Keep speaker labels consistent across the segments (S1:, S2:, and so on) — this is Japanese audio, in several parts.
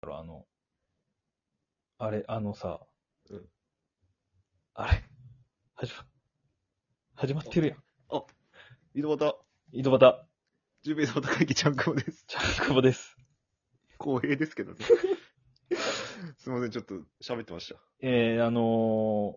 S1: だろ、あの、あれ、あのさ、
S2: うん
S1: あれ、始ま、始まってるやん。
S2: 井戸端、
S1: 井戸端、
S2: 準備の高木ちゃんこです。
S1: ジャンクボです。
S2: 光栄ですけどね。すいません、ちょっと喋ってまし
S1: えー、あのー、い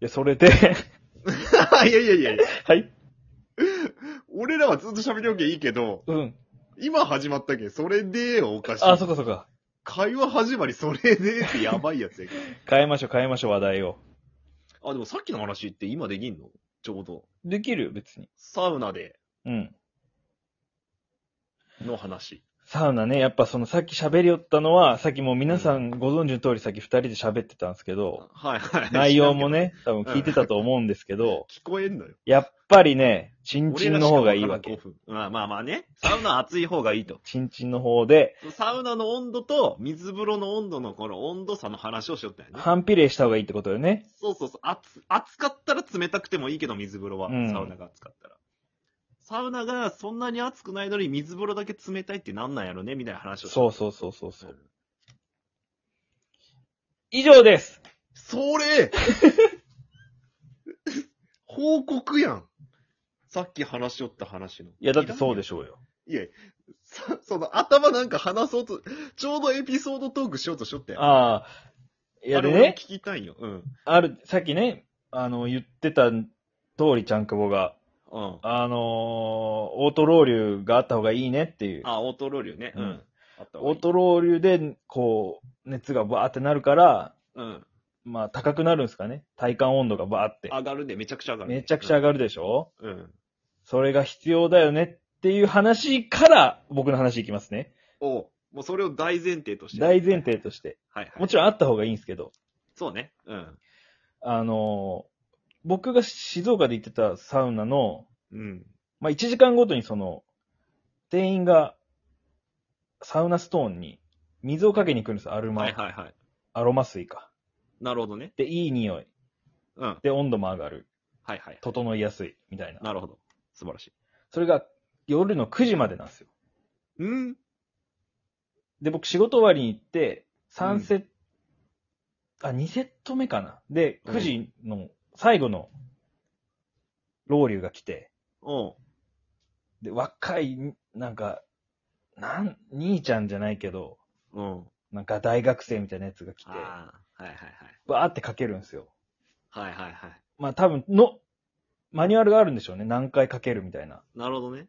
S1: や、それで、
S2: た。 いやいやいやいや
S1: はい、
S2: 俺らはずっと喋りおけいいけど、
S1: うん。
S2: 今始まったけん、それでおかしい。
S1: あ、そっかそっか。
S2: 会話始まり、それでってやばいやつやけ
S1: 変えましょう、変えましょう、話題を。
S2: ど。あ、でもさっきの話って今できんのちょうど。
S1: できるよ、別に。
S2: サウナで
S1: うん。
S2: の話。
S1: サウナね、やっぱそのさっき喋りよったのは、さっきもう皆さんご存知の通りさっき二人で喋ってたんですけど、
S2: はいはい。
S1: 内容も。 ね、多分聞いてたと思うんですけど、
S2: 聞こえんのよ。
S1: やっぱりね、チンチンの方がいいわ
S2: 俺
S1: け
S2: ら。しかわからん。5分まあまあまあね。サウナ熱い方がいいと。
S1: チンチンの方で、
S2: サウナの温度と水風呂の温度のこの温度差の話をしよったんやね。
S1: 反比例した方がいいってことよね。
S2: そうそうそう。暑、暑かったら冷たくてもいいけど、水風呂は。
S1: うん
S2: サウナが暑かったら。サウナがそんなに暑くないのに、水風呂だけ冷たいってなんなんやろねみたいな話をし。。
S1: そううそうそうそうそううん以上です
S2: それ 報告やん。さっき話しよった話の。
S1: いや、だってそうでしょうよ。
S2: いや、さそ の頭なんか話そうと、ちょうどエピソードトークしようとしよったやん。あ、
S1: ああ。いや、で
S2: れ俺
S1: ね
S2: 聞、きたいんよ。うん。
S1: ある、さっきね、あの、言ってた通り、ちゃんくぼが、
S2: うん。
S1: あのー、オートロウリュがあった方がいいねっていう。
S2: あ、オートロウリュね。う
S1: うん
S2: ん。あった方が
S1: オ
S2: いい
S1: ートロウリュで、こう、熱がバーってなるから、
S2: うん。
S1: まあ、高くなるんですかね。体感温度がバーって。
S2: 上がるね。めちゃくちゃ上がる、
S1: めちゃくちゃ上がるでしょ、
S2: る。うん。
S1: それが必要だよねっていう話から、僕の話いきますね。
S2: おうもうそれを大前提として。
S1: 大前提として。
S2: はいは
S1: も
S2: い。
S1: ちろんあった方がいいんですけど、
S2: そうね。うん。
S1: あのー僕が静岡で行ってたサウナの、
S2: うん。
S1: まあ、1時間ごとにその、店員が、サウナストーンに水をかけに来るんですアルマ、
S2: はいはいはい。
S1: アロマ水か。
S2: なるほどね。
S1: で、いい匂い。
S2: うん。はい
S1: で、温度も上がる。
S2: はいはい。
S1: 整いやすい。みたいな。
S2: なるほど。素晴らしい。
S1: それが夜の9時までなんですよ。
S2: うん。
S1: で、僕仕事終わりに行って、3セット、あ、2セット目かな。で、
S2: うん
S1: 9時の最後の、ロウリュが来て、
S2: おう
S1: で、若い、なんか、なん、兄ちゃんじゃないけど、
S2: うん。
S1: なんか大学生みたいなやつが来て、
S2: ああ。はいはい
S1: バーってかけるんですよ。
S2: はい。はいはいはい。
S1: まあ多分、の、マニュアルがあるんでしょうね。何回かけるみたいな。
S2: なるほどね。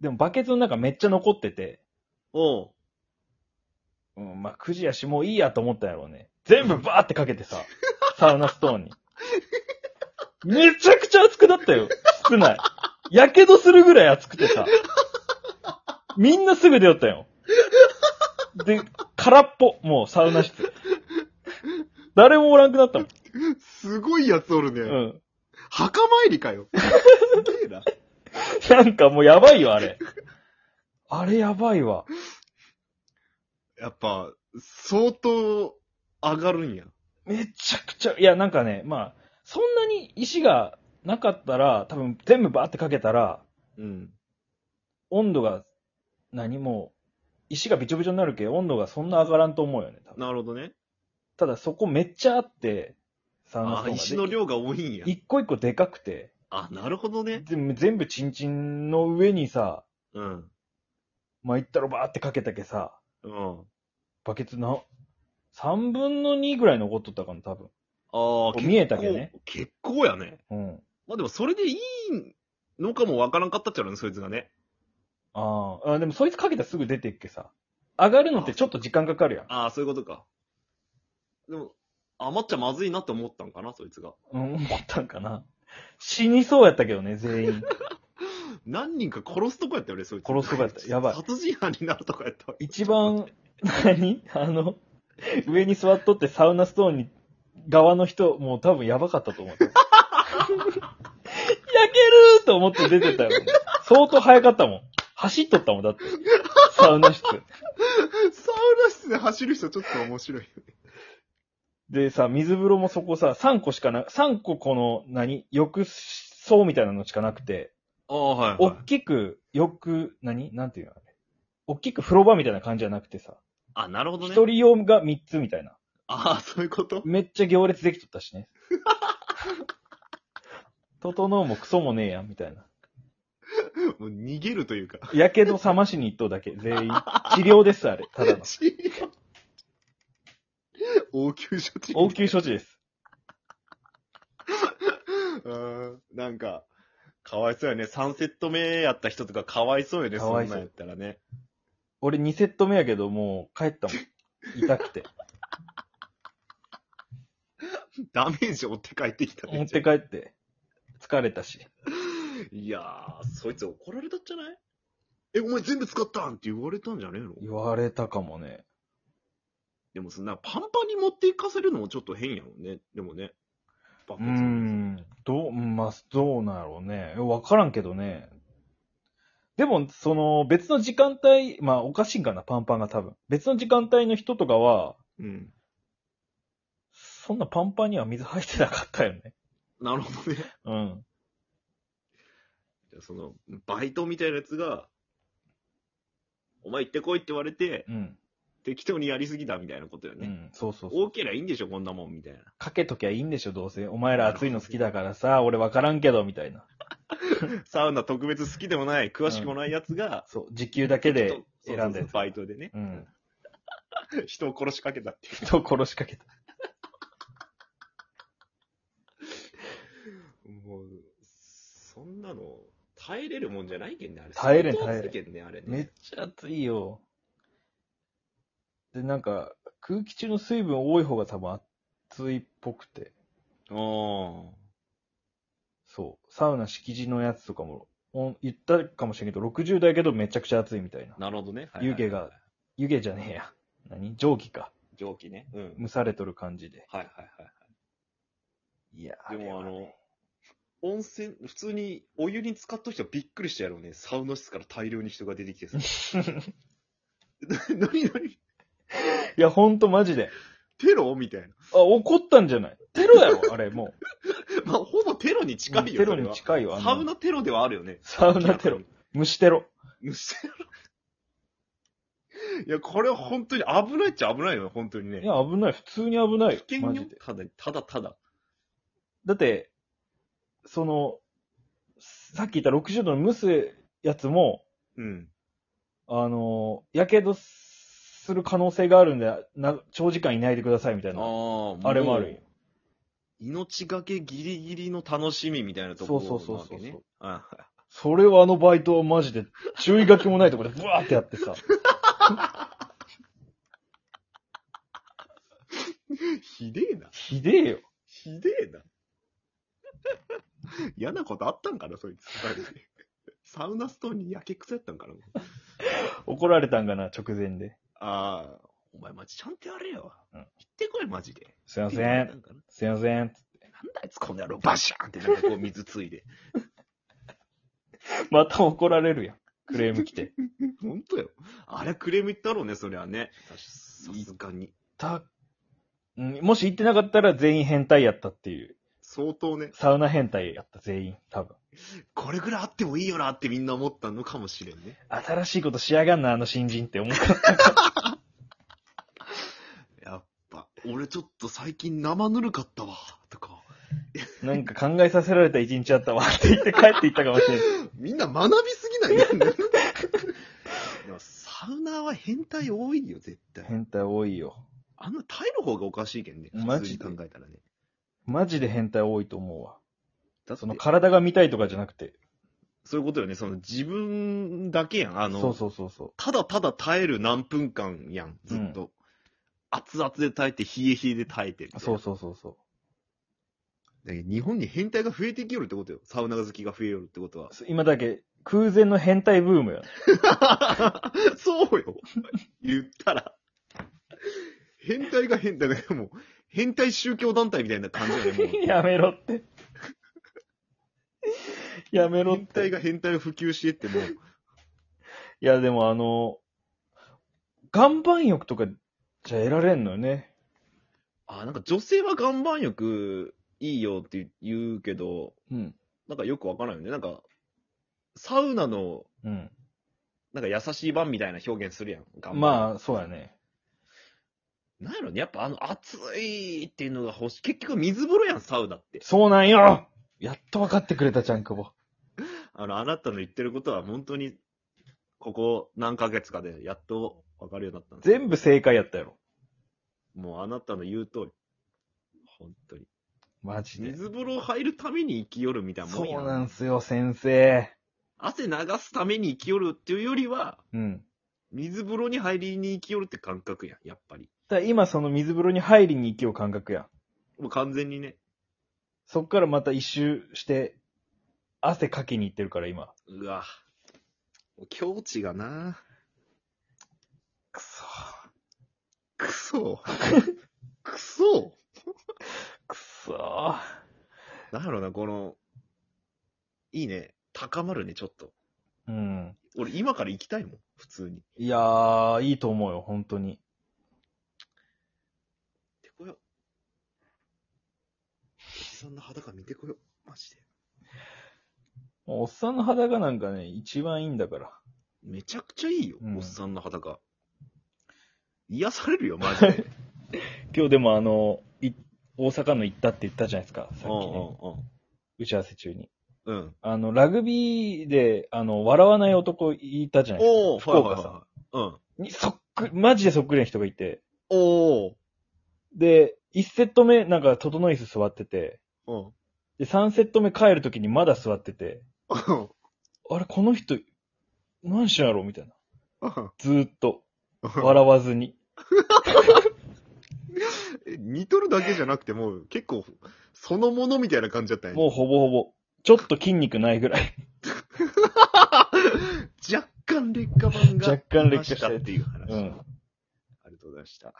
S1: でもバケツの中めっちゃ残ってて、
S2: おう
S1: うん、まあ9時やしもういいやと思ったんやろうね。全部バーってかけて さ、サウナストーンに。めちゃくちゃ熱くなったよ。室内。やけどするぐらい熱くてさ。みんなすぐ出よったよ。で、空っぽ。もうサウナ室。誰もおらんくなったもん。
S2: すごいやつおるね。
S1: うん。
S2: 墓参りかよ。すげえな。
S1: なんかもうやばいよ、あれ。あれやばいわ。
S2: やっぱ、相当上がるんや。
S1: めちゃくちゃ、いや、なんかね、まあ、そんなに石がなかったら、多分全部バーってかけたら、
S2: うん。
S1: 温度が、何も、石がびちょびちょになるけ、温度がそんな上がらんと思うよね、多分。
S2: なるほどね。
S1: ただそこめっちゃあって、サウナスト
S2: ああ、
S1: ーンが
S2: 石の量が多いんや。
S1: 一個一個でかくて、
S2: あ、なるほどね。
S1: でも全部チンチンの上にさ、
S2: うん。
S1: まあ、いったらバーってかけたけさ、
S2: うん。
S1: バケツな、三分の二ぐらい残っとったかな、多分。
S2: あ
S1: こう見えたけどね。
S2: 結構結構やね。
S1: うん。
S2: まあでもそれでいいのかもわからんかったっちゃろね、そいつがね。
S1: あーあ、でもそいつかけたらすぐ出ていっけさ。上がるのってちょっと時間かかるやん。
S2: ああ、そういうことか。でも、余っちゃまずいなって思ったんかな、そいつが。
S1: うん、思ったんかな。死にそうやったけどね、全員。
S2: 何人か殺すとこやったよね、そいつ。
S1: 殺すとこやったやばい
S2: 殺人犯になるとこやった。
S1: 一番、何 あの、上に座っとってサウナストーンに、側の人、もう多分やばかった と思う。焼けると思って出てたよ。相当早かったもん。走っとったもん、だって。サウナ室。
S2: サウナ室で走る人ちょっと面白いよね。
S1: でさ、水風呂もそこさ、3個しかな、3個この、何浴槽みたいなのしかなくて、
S2: ああ、はい、
S1: 大きく、浴、何なんていうのあれ。大きく風呂場みたいな感じじゃなくてさ、
S2: あ、なるほどね。
S1: 一人用が3つみたいな。
S2: ああ、そういうこと
S1: めっちゃ行列できとったしね。 整うもクソもねえやん、みたいな。
S2: もう逃げるというか。
S1: やけど冷ましに行っとうだけ、全員。治療です、あれ。た だの。
S2: 応急処置。
S1: 応急処置です。
S2: うんなんか、かわいそうよね。3セット目やった人とかかわいそうよね、
S1: か
S2: そ
S1: わい
S2: ん
S1: そ
S2: な
S1: うん
S2: やったらね。
S1: 俺2セット目やけど、もう帰ったもん。痛 くて。
S2: ダメージ負って帰ってきたね。
S1: 持って帰って。疲れたし。
S2: いやー、そいつ怒られたんじゃないえ、お前全部使ったんって言われたんじゃねえの
S1: 言われたかもね。
S2: でもそんなパンパンに持っていかせるのもちょっと変やもんね。でもね。バ
S1: う
S2: カ
S1: ー
S2: さん
S1: ん。どう、まあ、どうなんやろうね。わからんけどね。でも、その、別の時間帯、まあ、おかしいんかな、パンパンが多分。別の時間帯の人とかは、
S2: うん。
S1: そんなパンパンには水入ってなかったよね。
S2: なるほどね。
S1: うん。
S2: じゃあその、バイトみたいなやつが、お前行ってこいって言われて、
S1: うん。
S2: 適当にやりすぎたみたいなことよ
S1: う
S2: ね。
S1: ん。そうそうそう。
S2: 多けりゃいいんでしょ、こんなもん、みたいな。
S1: かけときゃいいんでしょ、どうせ。お前ら暑いの好きだからさ、俺わからんけど、みたいな。
S2: サウナ特別好きでもない、詳しくもないやつが、
S1: そう。時給だけ
S2: ちょ
S1: で
S2: っと
S1: 選んだ
S2: そうそう
S1: や
S2: そう
S1: つ。
S2: バイトでね、
S1: うん。
S2: 人を殺しかけたってい
S1: 人を殺しかけた。
S2: う。もう、そんなの、耐えれるもんじゃないけんね、あれ。
S1: 耐えれん
S2: 相当
S1: 耐えれん
S2: つけんね、あれね。
S1: めっちゃ暑いよ。で、なんか、空気中の水分多い方が多分暑いっぽくて。
S2: あー
S1: そう。サウナ敷地のやつとかも、お言ったかもしれんけど、60度やけどめちゃくちゃ暑いみたいな。
S2: なるほどね。はいはい
S1: 湯気が。、湯気じゃねえや。何蒸気か。
S2: 蒸気ね。うん。
S1: 蒸されとる感じで。
S2: はいはいはい
S1: や
S2: い。でもあ
S1: れは
S2: の
S1: ね、
S2: 温泉、普通にお湯に使った人はびっくりしたやろうね。サウナ室から大量に人が出 てきてさ。なになに
S1: いや、ほんとマジで。
S2: テロみたいな。
S1: あ、怒ったんじゃないテロ やろ、あれ、も
S2: まあ、ほぼテロに
S1: う。
S2: 近いよ、
S1: テ
S2: そ
S1: ロ
S2: れは
S1: に近いよ、あんな
S2: サウナテロではあるよね。
S1: サウナテロ。。虫テロ。
S2: 虫テ ロ。いや、これは本当に危ないっちゃ危ないよね、本当に
S1: い
S2: ね。
S1: や、危ない。普通に危ない
S2: 危
S1: よ。
S2: 険
S1: マ
S2: よ
S1: ジで。。
S2: ただ、ただただ。
S1: だって、その、さっき言った60度の蒸すやつも、
S2: うん。
S1: あの、やけどする可能性があるんで、な長時間いないでくださいみたいな。
S2: あ
S1: あれもあるよ。
S2: 命がけギリギリの楽しみみたいなところ
S1: そうそうそうそう
S2: なわけね
S1: そう
S2: あ
S1: それはあのバイトはマジで注意書きもないとこでブワーってやってさ。
S2: ひでえな。
S1: ひでえよ。
S2: ひでえな。 嫌なことあったんかな、そいつ。 サウナストーンにやけくそやったんかな。
S1: 怒られたんかな、直前で。
S2: ああ、お前マジちゃんとやれよ。
S1: うん
S2: 言ってこい、マジで。
S1: すいま
S2: って
S1: せ
S2: 言われた
S1: ん。
S2: んかな
S1: すいません。
S2: なんだあいつこの野郎、バシャーンってなんかこう水ついで。
S1: また怒られるやん。クレーム来 て。
S2: ほんとよ。あれクレーム言ったろうね、そりゃね。さすがに。
S1: た、うんもし言ってなかったら全員変態やったっていう。
S2: 相当ね、
S1: サウナ変態やった、全員。多分。
S2: これぐらいあってもいいよなってみんな思ったのかもしれんね。
S1: 新しいことしやがんな、あの新人って思 った。
S2: やっぱ、俺ちょっと最近生ぬるかったわ、とか。
S1: なんか考えさせられた一日あったわって言って帰っていったかもしれない。
S2: みんな学びすぎ ないでもサウナーは変態多いよ、絶対。
S1: 変態多いよ。
S2: あんなタイの方がおかしいけんね。
S1: マ
S2: 普
S1: ジ
S2: 通に
S1: で
S2: 考えたらね。
S1: マジで変態多いと思うわ。
S2: だって
S1: その体が見たいとかじゃなくて。
S2: そういうことよね。その自分だけやん。あの、
S1: そうそうそうそ。
S2: ただただ耐える何分間やん、ずっと。熱々で耐えて、冷え冷えで耐えてみたいうな。
S1: そうそうそうそ
S2: だけど日本に変態が増えてきよるってことよ。サウナ好きが増えよるってこ とは
S1: う。。今だけ空前の変態ブームや。
S2: そうよ。言ったら。変態が変態だけど、もう、変態宗教団体みたいな感じよね、 もう。
S1: やめろって。やめろっ
S2: 変態
S1: て。
S2: が変態を普及してってもう、
S1: いやでもあの、岩盤浴とかじゃ得られんのよね。
S2: あ、なんか女性は岩盤浴いいよって言うけど、
S1: うん。
S2: なんかよくわからんよね。なんか、サウナの、
S1: うん。
S2: なんか優しい版みたいな表現するやん。岩盤浴
S1: まあ、そうやね。
S2: なんやろね、やっぱあの暑いっていうのが欲しい。結局水風呂やん、サウナって。
S1: そうなんよやっと分かってくれた、ちゃんくぼ。
S2: あの、あなたの言ってることは本当に、ここ何ヶ月かでやっと分かるようになったんです
S1: 全部正解やったやろ。
S2: もうあなたの言う通り。本当に。
S1: マジで。
S2: 水風呂入るために生きよるみたいなもんや
S1: そうなんすよ、先生。
S2: 汗流すために生きよるっていうよりは、
S1: うん。
S2: 水風呂に入りに生きよるって感覚やん、やっぱり。
S1: だから今その水風呂に入りに行きよう感覚や。
S2: もう完全にね。
S1: そっからまた一周して、汗かきに行ってるから今。
S2: うわ。もう境地がな
S1: くそ。
S2: くそ。くそ
S1: くそ。
S2: なんやろな、この、いいね。高まるね、ちょっと。
S1: うん。
S2: 俺今から行きたいもん、普通に。
S1: いやー、いいと思うよ、本当に。
S2: 見てこよ。おじさんの裸見てこよ。マジで。
S1: もうおっさんの肌がなんかね、一番いいんだから。
S2: めちゃくちゃいいよ、
S1: うん
S2: おっさんの裸。癒されるよ、マジ で。
S1: 今日でもあの、い大阪の行ったって言ったじゃないですか、さっき
S2: う
S1: ね。
S2: ん
S1: 打ち合わせ中に。
S2: うんうん。うん。
S1: あの、ラグビーで、あの、笑わない男いたじゃないですか。
S2: お
S1: 福
S2: ー、
S1: 岡さん
S2: はいはいはい。うん。
S1: にそっく、マジでそっくりな人がいて、
S2: おー。
S1: で、1セット目なんか整椅子座ってて、
S2: うん。
S1: で、3セット目帰るときにまだ座ってて、あれ、この人、何しんやろうみたいな。ずーっと、笑わずに。
S2: 似とるだけじゃなくて、もう結構、そのものみたいな感じだったね。
S1: もうほぼほぼ、ちょっと筋肉ないぐらい。
S2: 若干劣化版が。
S1: 若干劣化したやつ
S2: っていう話。
S1: うん。
S2: ありがとうございました。